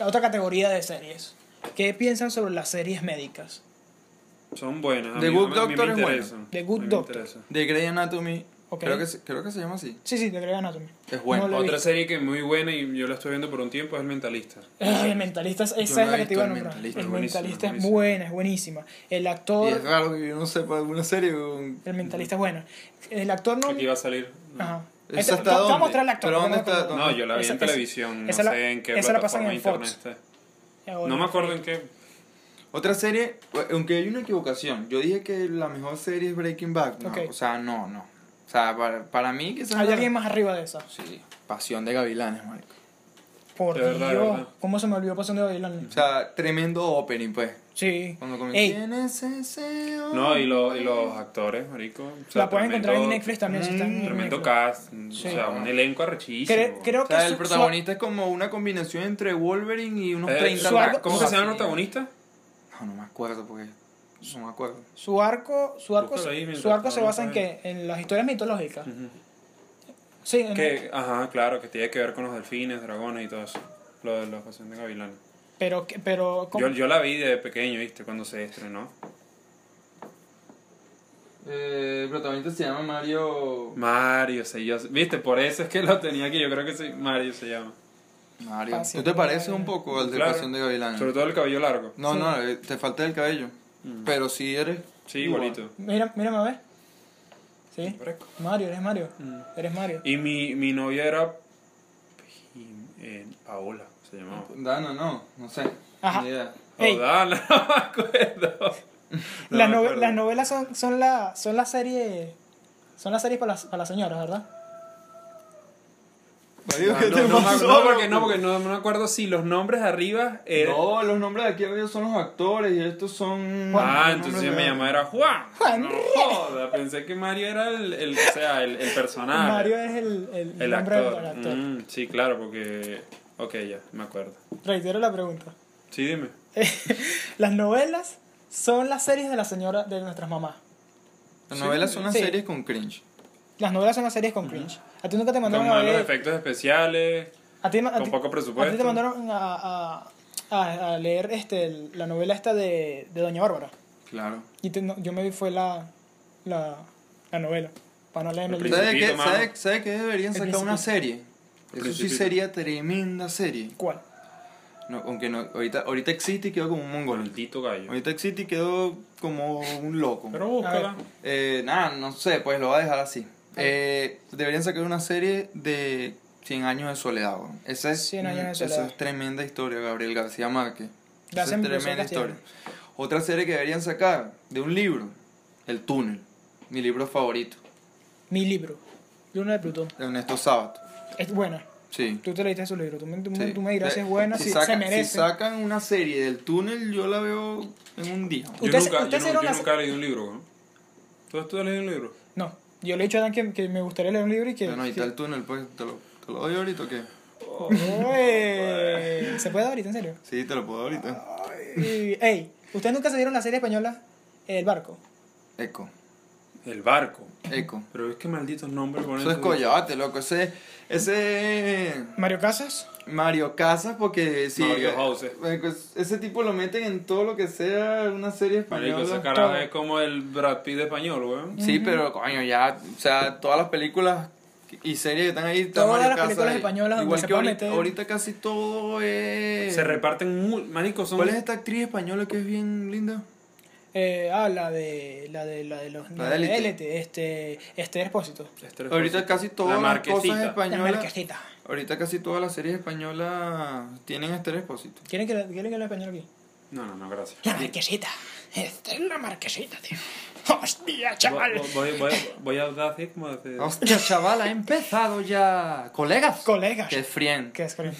a otra categoría de series. ¿Qué piensan sobre las series médicas?
Son buenas. a
The
mí-
Good
a mí me
Doctor es buena.
interesan.
The Good
A mí me
Doctor.
interesa.
The Grey Anatomy,
Ok.
creo, que, se- creo que se llama así.
Sí, sí, de Grey Anatomy.
Es buena.
No lo he
Otra
visto.
serie que es muy buena y yo la estoy viendo por un tiempo es El Mentalista.
Ay, el mentalista, esa
no
es la
he
que te
visto
iba a
El
nombrar.
Mentalista,
el
buenísima,
mentalista es
buenísima.
buena, es buenísima. El
Y
actor,
es raro que yo no sepa alguna serie. weón.
el mentalista es bueno. El actor no.
Aquí va a salir.
Ajá.
¿Esa
Ese-
está
te- te voy a
dónde?
mostrar el actor.
¿Pero
te voy a
dónde
mostrar
está?
el
No, yo la vi
Esa-
en
esa-
televisión.
esa
no
la-
sé en qué
esa la pasan
plataforma
en
internet
Fox.
está.
actor.
No me acuerdo en qué.
Otra serie, aunque hay una equivocación. Yo dije que la mejor serie es Breaking Bad. No,
Ok.
O sea, no, no. O sea, para, para mí que
Hay alguien más arriba de esa.
Sí, Pasión de Gavilanes, marico.
Por
De verdad, de
Dios,
verdad.
¿cómo se me olvidó pasando de bailar?
O sea, tremendo opening, pues.
Sí.
Cuando comencé.
Ey,
"Tienes ese
No, y, lo- y
hombre".
los actores, marico. o sea,
Mm. la pueden encontrar en
tremendo-
Netflix también. si está en
Mm, Tremendo
Netflix.
cast. O sea,
Sí.
un elenco arrechísimo.
Cre- creo
O sea,
que
el
su- su-
protagonista es como una combinación entre Wolverine y unos
Eh,
30
su algo-
blancos
¿Cómo que se llama el
así.
protagonista?
No, no me acuerdo porque. No me acuerdo.
Su arco, su arco,
Búscalo ahí mientras
su arco se
hablamos,
basa en
a
que en las historias mitológicas. Sí, en-
Que, ajá, claro, que tiene que ver con los delfines, dragones y todo eso. Lo de la pasión de Gavilán.
pero que- pero ¿cómo?
Yo, yo la vi de pequeño, ¿viste? Cuando se estrenó.
Eh, el protagonista se llama Mario.
Mario, se yo. ¿Viste? Por eso es que lo tenía aquí. Yo creo que sí, Mario se llama.
Mario.
Pasión
¿Tú te
de
pareces un
Gavilanes.
poco al de
Claro.
Pasión de Gavilanes?
Sobre todo el cabello largo.
No,
Sí.
no, eh, te falta el cabello. Pero sí eres.
Sí, igualito.
Mira, mírame a ver. Sí.
Fresco.
Mario, eres Mario.
Mm.
Eres Mario.
Y mi, mi novia era Jim- eh, Paola, se llamaba.
Dana, no, no sé.
Ajá.
Ni idea.
Ey.
Joda, no me acuerdo. No
las,
me
nove-
acuerdo.
las novelas son, son la son las series son las series para las, para las señoras, ¿verdad?
Mario,
No,
¿qué te
Ah, no, no,
pasó,
no, porque, no,
loco?
porque no no me acuerdo si los nombres arriba eran.
No, los nombres de aquí arriba son los actores y estos son.
Ah,
los
entonces
nombres
yo
de-
me llamaba era Juan.
Juan.
No joda, pensé que Mario era el, el- o sea, el, el personaje.
Mario es el, el,
Ah, el
nombre
actor.
del actor.
Mm, sí, claro, porque. Ok, ya, me acuerdo.
Reitero la pregunta.
Sí, dime.
Las novelas son las series de las señoras de nuestras mamás.
Las novelas son unas
Sí.
series con cringe.
Las novelas son las series con cringe. A ti nunca te
Mm. Con
mandaron a
malos
ver.
efectos especiales.
A ti, ma- a
Con
ti-
poco presupuesto.
A ti te mandaron a, a- a- a leer este, el- la novela esta de, de Doña Bárbara.
Claro.
Y te- no, yo me vi fue la, la, la novela. Para no leerme
El
el
Príncipe.
libro.
¿Sabes qué?
mano.
¿Sabe- sabe qué deberían
El
sacar una serie?
El
Eso sí
Principito.
sería tremenda serie.
¿Cuál?
No, aunque no, ahorita, ahorita existe y quedó como un
Con el
mongol.
Tito Gallo.
Ahorita existe y quedó como un loco.
Pero búscala.
Eh, nada, no sé, pues lo voy a dejar así. Eh, deberían sacar una serie de 100 años de soledad. weón. Esa es,
100 años de
mm,
soledad.
Esa es tremenda historia, Gabriel García Márquez.
Gracias,
esa
mi
es
profesor
tremenda
Castellano.
historia. Otra serie que deberían sacar de un libro, El Túnel, mi libro favorito,
Mi libro. Luna de Plutón.
de Ernesto Sábato.
Es buena.
Sí.
Tú te leíste su libro. Tú me, tú me-
sí.
tú me dirás si es buena, si,
saca-
se merece.
Si sacan una serie del Túnel, yo la veo en un día.
Yo
Ustedes-
nunca, yo
ustedes
nu-
eran
yo
las-
nunca leí un libro, ¿no? ¿Tú, tú has leído un libro?
No. Yo le he dicho a Dan que, que me gustaría leer un libro y que.
Bueno, ahí está
que-
El Túnel, pues, ¿te lo, te lo doy ahorita o qué?
Oye, ¿Se puede dar ahorita, en serio?
Sí, te lo puedo dar
Ah.
ahorita.
Y, Ey, ¿ustedes nunca se vieron la serie española El Barco?
Eco.
El barco.
Eco.
Pero es que malditos nombres ponen
Eso es
esos-
Coyote, loco. Ese. Ese.
Mario Casas.
Mario Casas, porque si.
Mario eh. Hauser.
pues, Ese tipo lo meten en todo lo que sea una serie
Marico,
española.
ese
todo.
carajo es como el Brad Pitt español, weón.
Sí, pero coño, ya, o sea, todas las películas y series que están ahí, está
Todas
Mario
las películas
ahí.
españolas donde
Igual
se
que
puede
ahorita,
meter-
ahorita casi todo es...
Se reparten muy. Marico, son.
¿Cuál es esta actriz española que es bien linda?
Eh, ah, la de, la de, la de los.
La
La
de
de
Élite.
Élite, este, este Espósito.
Este es
Ahorita
José.
casi
La
todas las
Marquesita.
cosas
La
españolas...
marquesita.
Ahorita casi todas las series españolas tienen este expósito.
¿Quieren que, la- ¿Quieren que la español aquí?
No, no, no, gracias.
La marquesita. Esta es la marquesita, tío. ¡Hostia, chaval!
Voy, voy, voy, voy a dar así como de-
Hostia, chaval, ha empezado ya. Colegas.
Colegas.
que es Frien.
¿Qué es colega?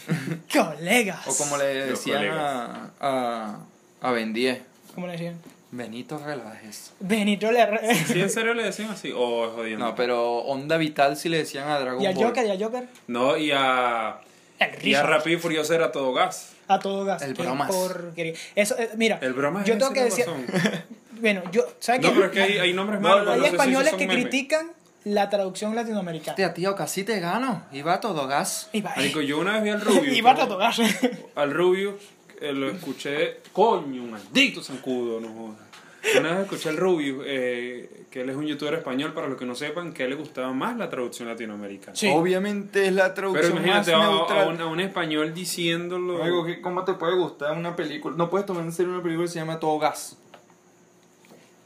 ¡Colegas!
O como le
Los
decían a, a, a Ben 10.
¿Cómo le decían?
Benito Relajes.
Benito le...
¿Sí en serio le decían así? O es jodiendo.
No, pero Onda Vital si le decían a Dragon
y al
Ball.
Joker, y al Joker.
No, y a.
El
Y a
Rizzo.
Rápido y Furioso era todo gas.
A todo gas.
El
Qué
bromas.
porquería. Eso, eh, mira,
El broma es
yo
ese,
tengo que
tienes
decir...
razón.
Bueno, yo... ¿Sabes
No,
qué?
pero es que hay, hay nombres
No,
malos.
Hay
no sé si
españoles
son
que
memes.
critican la traducción latinoamericana.
Hostia, tío, casi te gano. Iba a todo gas.
Y va,
Marico,
y
yo una vez vi al Rubio.
va a todo gas.
Al Rubio eh, lo escuché. Coño, maldito zancudo, no jodas. Una vez escuché al Rubio, eh, que él es un youtuber español, para los que no sepan, que a él le gustaba más la traducción latinoamericana.
Sí.
Obviamente es la
Pero
traducción más
imagínate a, a
neutral.
un, a un español diciéndolo.
Amigo, ¿qué- ¿cómo te puede gustar una película? No puedes tomar en serio una película que se llama Todo Gas.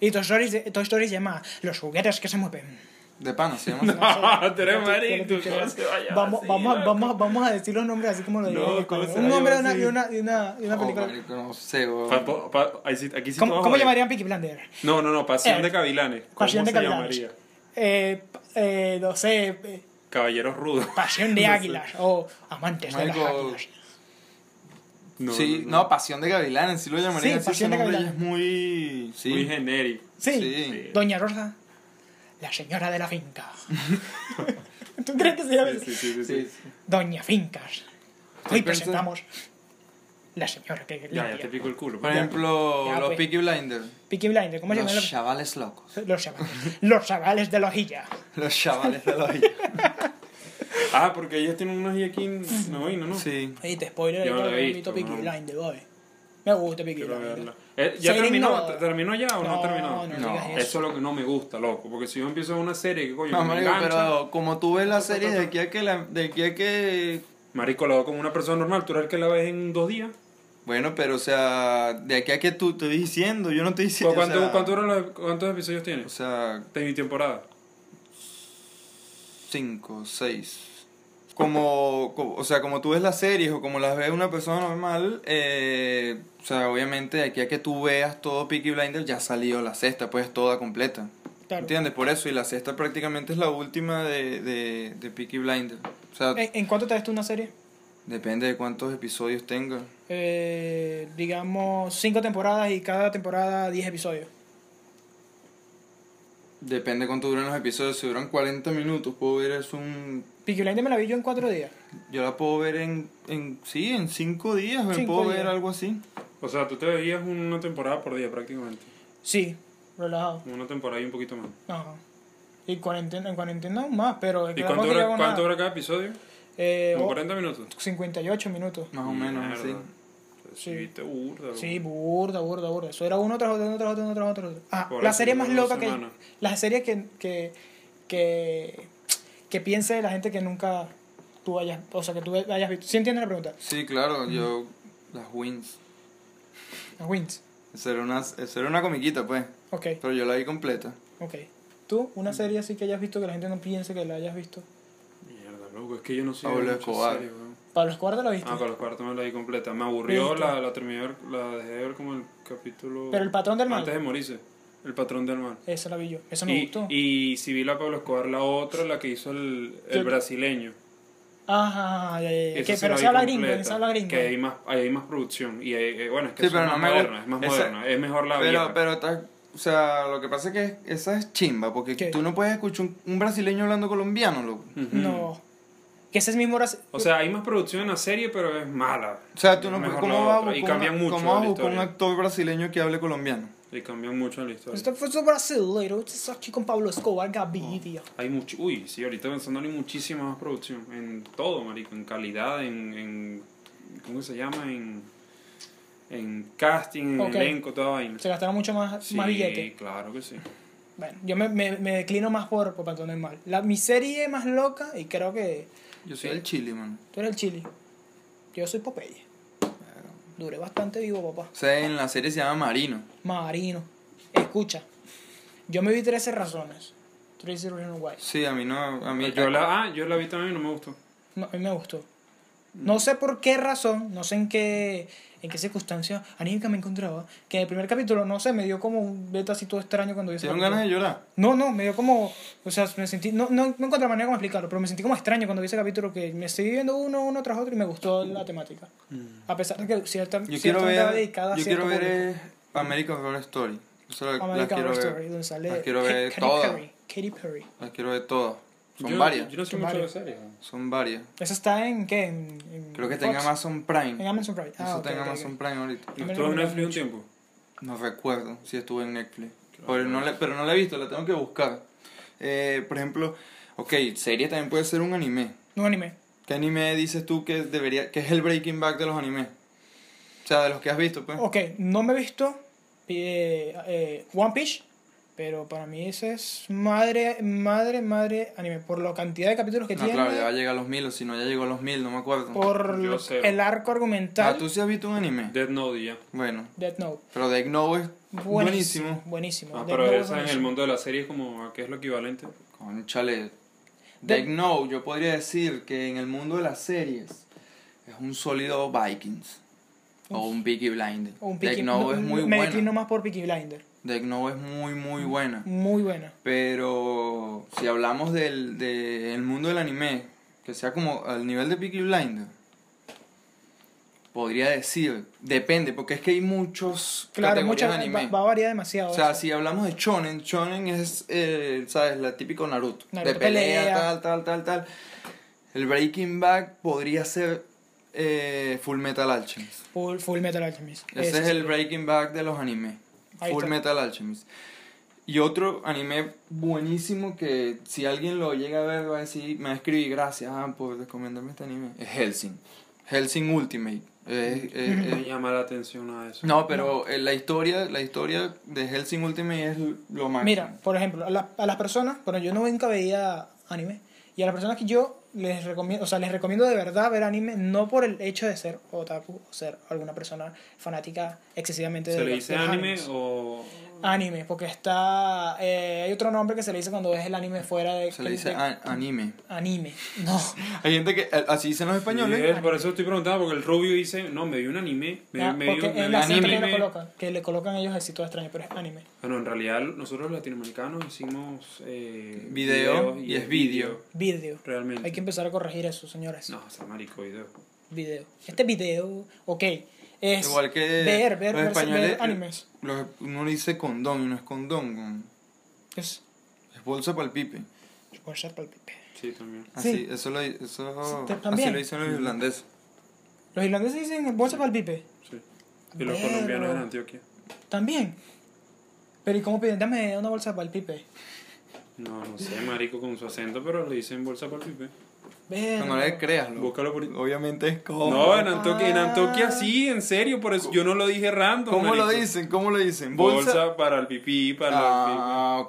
Y Toy Story, se- Toy Story se llama Los juguetes que se mueven.
De pana, se llama.
Ah, tú eres
No sé,
marico,
no sé,
¿cómo se va a llamar
Vamos,
así,
vamos, a-
loco?
vamos, a- vamos a decir los nombres así como lo
No,
digo.
¿cómo se
un
va a
nombre de
llamar
una, de
así?
una, de una, de una
Oh,
película.
marico, no sé, weón.
Pa- pa- pa- ahí sí- aquí sí te
¿Cómo,
vas
¿cómo
a joder.
llamarían Peaky Blinders?
No, no, no, Pasión
Eh,
de Gavilanes. ¿Cómo
Pasión de
se
Gavilanes.
llamaría?
Eh, pa- eh, no sé, eh,
Caballeros Rudos.
Pasión de Águilas o Amantes de las
Marico,
Águilas.
sí, no, Pasión de Gavilanes, sí lo llamaría.
Sí,
así,
Pasión de
ese nombre ya
Gavilanes.
Es muy. Sí.
Muy genérico.
Sí.
sí.
Doña Rosa, la señora de la finca. ¿Tú crees que se llama?
Sí, sí, sí, sí,
Sí,
sí.
sí.
Doña Fincas.
Estoy
Hoy
pensando-
presentamos la señora que
Ya,
limpia.
ya te pico el culo.
Por
Ya.
ejemplo,
Ya,
los
pues.
Peaky Blinders.
Peaky Blinders, ¿cómo se llama?
Los chavales locos.
Los chavales. Los chavales de la hojilla.
Los chavales de los hijos.
Ah, porque ellos tienen unos y aquí no y no, no.
Sí.
Oye, te spoiler,
Yo
yo
no
no
lo he visto,
Peaky
no.
Blinders, boy. Me gusta Peaky
Quiero
Blinders.
verla. Eh, ¿Ya
Ser
terminó?
ignorado.
¿Terminó ya o no,
No,
terminó?
No,
digas eso.
Eso es lo que no me gusta, loco. Porque si yo empiezo una serie que coño
No,
que me
marico,
engancha,
pero como tú ves
Ta,
la
ta,
serie
ta, ta.
de aquí a que la, de aquí a que
Marico, la veo como una persona normal, tú eres el que la ves en dos días.
bueno, pero o sea, de aquí a que tú te estoy diciendo, yo no estoy diciendo.
¿Cu- ¿Cuánto,
o sea,
cuánto duran los- ¿Cuántos episodios
O
tienes?
sea,
De mi temporada.
cinco, seis. Como, co- o sea, como tú ves las series o como las ve una persona normal, eh, o sea, obviamente de aquí a que tú veas todo Peaky Blinders ya salió la sexta, pues toda completa.
Claro.
¿Entiendes? Por eso, y la sexta prácticamente es la última de, de, de Peaky Blinders. O sea,
Eh, ¿En, en cuánto te ves tú una serie?
depende de cuántos episodios tenga.
Eh, digamos, cinco temporadas y cada temporada 10 episodios.
Depende cuánto duran los episodios. Si duran 40 minutos, puedo ver es un.
Peaky Blinders me la vi yo en cuatro días.
Yo la puedo ver en. en sí, en 5 días. Me
Cinco
puedo ver
días.
algo así.
O sea, tú te veías una temporada por día prácticamente.
Sí, relajado.
Una temporada y un poquito más.
Ajá. Y cuarentena, en cuarentena aún más, pero... es que
¿Y
tampoco
cuánto
es Pues que
dura,
hago
cuánto
nada.
dura cada episodio?
Eh,
¿Como
oh,
40 minutos?
58 minutos.
Más o menos así.
Mierda. Pues Sí, te burda. bro.
Sí, burda, burda, burda. Eso era uno tras otro, uno tras otro, uno tras otro. uno tras otro. Ajá,
Por
la
eso
serie
duró
más
dos
loca que...
semanas.
La serie que, que, que, que piense la gente que nunca tú hayas... O sea, que tú hayas visto. ¿Sí entiendes la pregunta?
Sí, claro, yo. Las Wins.
Las Wins.
Esa era, una, esa era una comiquita, pues.
Ok,
Pero yo la vi completa.
ok. ¿Tú una serie así que hayas visto que la gente no piense que la hayas visto?
Mierda, loco, es que yo no soy
Pablo
de muchas
Escobar.
series, weón.
Pablo Escobar te la viste.
Ah, para los cuartos me la di completa. Me aburrió,
Listo.
la, la terminé, de ver- la dejé de ver como el capítulo...
Pero el patrón del mal.
Antes de morirse. El patrón del mal.
Esa la vi yo. Esa me
y,
gustó.
y si vi la Pablo Escobar, la otra, la que hizo el, el
Yo-
brasileño.
Ajá, ya, ya, ya.
Esa
Que-
sí
pero
la
se
vi
habla gringo,
completa,
se habla gringo.
Que hay más, ahí hay más producción. Y hay- eh, bueno, es que
Sí,
eso
pero
es
no
más
me
moderna, es más
esa-
moderna. Es mejor la pues.
Pero,
vieja.
pero está. O sea, lo que pasa es que esa es chimba, porque
¿Qué?
tú no puedes escuchar un, un brasileño hablando colombiano, loco.
Ujú.
No. Que ese es mismo brazo.
Mm. O sea, hay más producción en la serie, pero es mala.
O sea, tú no
Mejor
puedes.
la
¿Cómo vas a
otra, y
buscar una-
cambian mucho
cómo vas a
la
buscar un
historia.
actor brasileño que hable colombiano?
Y cambian mucho en la historia.
Este fue su brasileiro, este es aquí con Pablo Escobar, Gaviria.
Hay mucho, uy, sí, ahorita pensando hay muchísima más producción, en todo, marico, en calidad, en, en ¿cómo se llama? En, en casting, en
Ok.
elenco, toda vaina.
Se gastaron mucho más,
Sí,
más billete.
claro que sí.
Bueno, yo me, me, me declino más por, por Pantomima Mal. La, mi serie más loca, y creo que
Yo soy el chile, mano.
tú eres el chili. Yo soy Popeye. Duré bastante vivo, papá.
O sea, en la serie se llama Marino.
Marino. Escucha, yo me vi 13 razones. 13 Reasons Why.
Sí, a mí no. A mí,
yo la, ah, yo la vi también y no me gustó.
No, a mí me gustó. No sé por qué razón, no sé en qué, en qué circunstancia anímica me encontraba, que en el primer capítulo, no sé, me dio como un beta así todo extraño cuando yo
¿Te dieron ganas de llorar?
No, no, me dio como. O sea, me sentí. No, no, no encontré manera como explicarlo, pero me sentí como extraño cuando vi ese capítulo que me estoy viendo uno, uno tras otro y me gustó la temática.
Mm,
A pesar de que cierta.
Yo quiero
ciertamente era
ver.
dedicada a
Yo
cierto
quiero ver
público.
eh, American Horror Story. O sea, la- las
American
quiero
Horror
ver.
Story, donde sale.
las quiero
Ka-
ver
Katy
todas.
Perry. Katy Perry.
Las quiero ver todas. Son
Yo-
varias.
Yo no sé
Son
mucho de
varias.
series.
Son varias.
Esa está en. ¿Qué? En, en
Creo que
Fox.
tenga Amazon
En
Prime.
Amazon Prime. Ah,
Eso
ok,
tenga
ok, ok.
Amazon Prime ahorita.
me
¿No
lo
estuvo en
mandaron
Netflix un
mucho.
tiempo?
No recuerdo si estuve en Netflix. Pero no, le, pero no la he visto, la tengo que buscar. Eh, por ejemplo, ok, serie también puede ser un anime.
Un anime.
¿Qué anime dices tú que debería que es el Breaking Back de los animes? O sea, de los que has visto, pues.
Ok, no me he visto eh, eh, One Piece, pero para mí ese es madre, madre, madre anime. Por la cantidad de capítulos que
no,
tiene.
claro, ya va a llegar a los mil, o si no, ya llegó a los mil, no me acuerdo.
por
Yo
lo-
cero.
el arco
ah,
argumental.
tú sí has visto un anime.
Dead Note y ya.
Bueno,
Death Note.
pero Death Note es
Buenísimo.
buenísimo.
Buenísimo.
Ah,
Death
pero
Note
esa en el
buenísimo.
mundo de la serie es como, ¿a qué es lo equivalente?
Conchale.
Death-
Death Note, yo podría decir que en el mundo de las series es un sólido Vikings. O un Peaky Blinder.
O un
Death
Peaky-
Note
no, Mm.
es muy
me
buena.
declino más por Peaky Blinder.
Death Note es muy, muy buena.
Muy buena.
Pero si hablamos del, del mundo del anime, que sea como al nivel de Peaky Blinder, podría decir, depende, porque es que hay muchos
Claro,
categorías
muchas,
de anime.
va, va a variar demasiado.
o sea,
eso.
si hablamos de shonen, shonen es, eh, ¿sabes? La típico Naruto.
Naruto,
de pelea,
pelea.
tal, tal, tal, tal. El Breaking Back podría ser eh, Full Metal Alchemist.
Full, Full Metal Alchemist.
Ese es el Breaking Back de los animes.
Ahí
Full
está.
Metal Alchemist. Y otro anime buenísimo que si alguien lo llega a ver va a decir, me va a escribir gracias ah, por recomendarme este anime. Es Helsing. Helsing Ultimate. Eh, eh,
Me
eh,
llama la atención a eso.
no, pero eh, la historia, la historia de Helsing Ultimate es lo máximo.
Mira, por ejemplo, a, la- a las personas, bueno, yo nunca veía anime, y a las personas que yo les recomiendo, o sea, les recomiendo de verdad ver anime, no por el hecho de ser otaku o ser alguna persona fanática excesivamente de
¿Se
los-
le
Ah,
dice
de los
anime
animes.
o...?
Anime, porque está. eh, hay otro nombre que se le dice cuando ves el anime fuera de.
Se le dice
de-
a- anime.
anime. No.
Hay gente que, eh, así dicen los españoles.
Sí, es, por eso estoy preguntando, porque el rubio dice, no, me vi un anime, me,
¿eh? Ah,
me vi
porque
un me
es
vi
la
un
acento que le
anime.
colocan. Que le colocan ellos así todo extraño, pero es anime.
Bueno, en realidad nosotros los latinoamericanos hicimos eh,
Video
videos
y es video.
Video. Hay que
Realmente.
empezar a corregir eso, señores.
No, está marico video.
Video. Este video, ok. Es
Igual que
ver, ver,
los
ver,
españoles- eh,
ver animes.
Los- uno dice condón y no es condón. con-
Es.
Es bolsa para el pipe.
Puede ser pa'l pipe.
Sí, también.
Así,
Sí.
eso lo, eso,
Sí, te-
así
también.
lo dicen los irlandeses.
Los irlandeses dicen bolsa para el pipe.
Sí. Y los
Pero-
colombianos en Antioquia.
También. Pero ¿y cómo piden? Dame una bolsa para el pipe.
No, no sé, marico con su acento, pero le dicen bolsa para el pipe.
Ver,
No, no le creas, loco.
Búscalo por...
Obviamente es como.
No, en Antioquia, en Antioquia sí, en serio, por eso yo no lo dije random.
¿Cómo lo
marico.
dicen? ¿Cómo lo dicen?
Bolsa, para el pipí, para
Ah,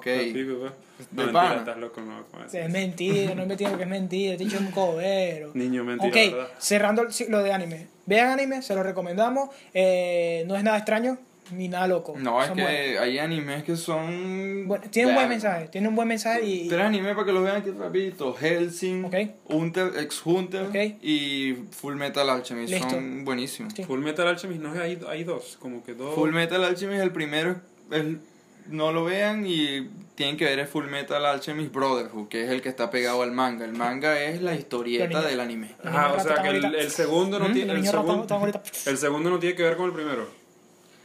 el pipí.
ok.
Para
Este,
el pipí, pues. No,
De
mentira,
pana.
estás loco, no, ¿cómo vas a
Es
decir
mentira, no es mentira porque es mentira. Este dicho es un cobero.
Niño, mentira,
ok,
¿verdad?
cerrando el ciclo de anime. Vean anime, se lo recomendamos. Eh, no es nada extraño ni nada loco.
No, es
Son
que
buenos.
hay animes que son.
Bueno, tiene un buen
Verga.
mensaje, tiene un buen mensaje y.
Tres animes para que los vean aquí rapidito: Helsing,
Ok.
Hunter, Ex Hunter
Ok.
y Full Metal Alchemist.
Listo.
Son buenísimos.
Sí.
Full Metal Alchemist, no, hay, hay dos, como que dos.
Full Metal Alchemist, el primero, el- no lo vean y tienen que ver el Full Metal Alchemist Brotherhood, que es el que está pegado al manga. El manga es la historieta
Pero ni-
del anime.
Ajá, o sea que el, el segundo no
¿Mm?
tiene.
Los
El,
niños
segun-
están ahorita-
el segundo no tiene que ver con el primero.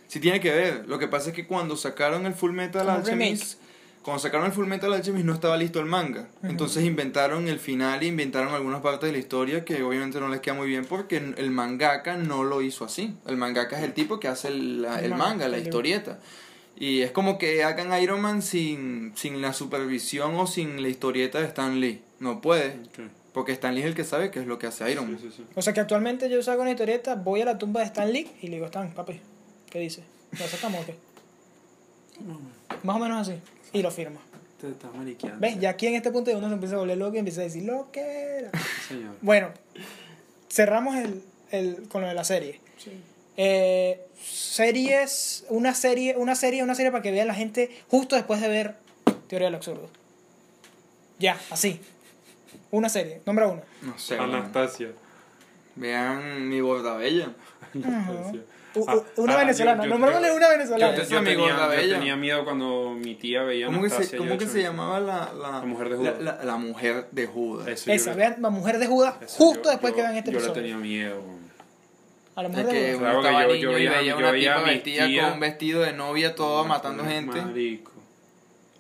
Sí tiene que ver. Lo que pasa es que cuando sacaron el Full Metal
Como un
Alchemist, cuando sacaron el Full Metal Alchemist no estaba listo el manga. Entonces inventaron el final, e inventaron algunas partes de la historia que obviamente no les queda muy bien porque el mangaka no lo hizo así. El mangaka es el tipo que hace el, la-
El
el
manga,
manga, la
el-
historieta. Y es como que hagan Iron Man sin, sin la supervisión o sin la historieta de Stan Lee. No puede, porque Stan Lee es el que sabe qué es lo que hace Iron
Sí,
Man.
sí, sí.
O sea que actualmente yo saco una historieta, voy a la tumba de Stan Lee y le digo, Stan, papi, ¿qué dice? ¿Lo sacamos o qué? Más o menos así. Y lo firma.
Este
Te estás mariqueando.
¿Ves? Ya aquí en este punto uno se empieza a volver loco y empieza a decir, lo que era.
Sí, señor.
Bueno, cerramos el, el- con lo de la serie. Eh, series, una serie, una serie, una serie para que vea la gente justo después de ver Teoría del Absurdo. Ya, así. Una serie, nombra una.
No sé. weón.
Anastasia.
Vean mi bordabella.
Anastasia.
U-
Ah,
u- una
ah,
venezolana,
yo- yo-
nombrámosle una
Yo,
venezolana.
te-
Esa
yo
es mi
tenía, yo
Gordabella.
tenía miedo cuando mi tía veía
¿Cómo que
Anastasia.
se,
yo
cómo
de
que
hecho
se
me-
llamaba la, la,
La mujer de Judas.
La, la- la mujer de Judas.
Eso yo
Esa,
le-
vean la mujer de Judas
eso
justo
yo-
después
yo-
que vean este
yo le
episodio.
tenía miedo. weón.
A la mujer
Es que
de Judas.
Claro,
uno
que
estaba
yo-
niño
yo
y
veía-
veía
yo
una
veía a
tipa
mi
vestida
tía.
con un vestido de novia, todo matando gente.
Marico.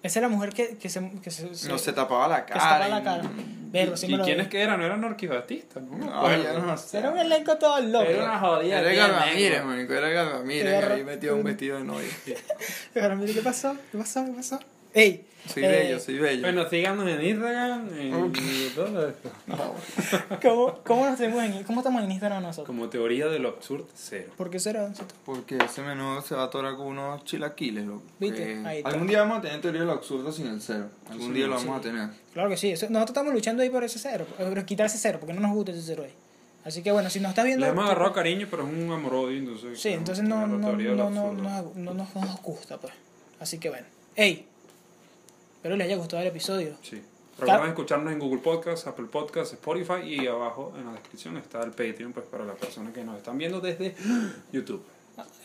Esa es la mujer que, que se... Que se, se-
No se tapaba la
que
cara.
se tapa la
y-
cara. Verlo, sí
¿Y
me lo
quién
vi.
es que era? ¿No eran orquibatistas? No, me
No,
acuerdo.
ya no sé.
Era un elenco todo loco.
Era una jodida.
Era
tía,
Garramírez,
negro.
marico, era Garramírez,
Era-
ahí metido un vestido de novia.
Pero mire, ¿qué pasó? ¿Qué pasó? ¿Qué pasó? ¡Ey!
Soy
eh,
bello, soy bello.
Bueno, síganos en Instagram y todo esto.
No,
¿Cómo, cómo, nos tenemos en, ¿Cómo estamos en Instagram nosotros?
Como teoría de lo absurdo, cero.
¿Por qué será?
porque ese menudo se va a atorar con unos chilaquiles, loco.
Viste,
Eh,
ahí está.
algún día vamos a tener teoría de lo absurdo sin el cero. Algún
Sí,
día lo
sí.
vamos a tener.
Claro que sí. eso- nosotros estamos luchando ahí por ese cero. por- Por quitar ese cero, porque no nos gusta ese cero ahí. Así que bueno, si nos estás viendo...
Le hemos agarrado cariño, pero es un amor odio, entonces.
Sí,
claro,
entonces no,
la
no, no,
teoría de lo
no, no,
absurdo.
no nos, no nos gusta, pues. Así que bueno. ¡Ey! Espero les haya gustado el episodio.
Sí. Recuerden escucharnos en Google Podcast, Apple Podcast, Spotify y abajo en la descripción está el Patreon pues, para las personas que nos están viendo desde YouTube.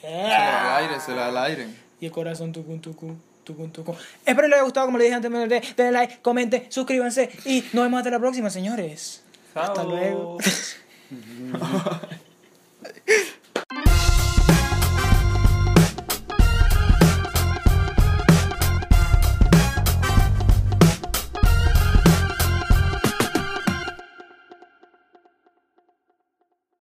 Se la da al aire, se la da al aire.
y el corazón tucun tucun tucun tucun. Espero les haya gustado, como les dije antes, denle denle like, comenten, suscríbanse y nos vemos hasta la próxima, señores. Hasta
Chao.
luego.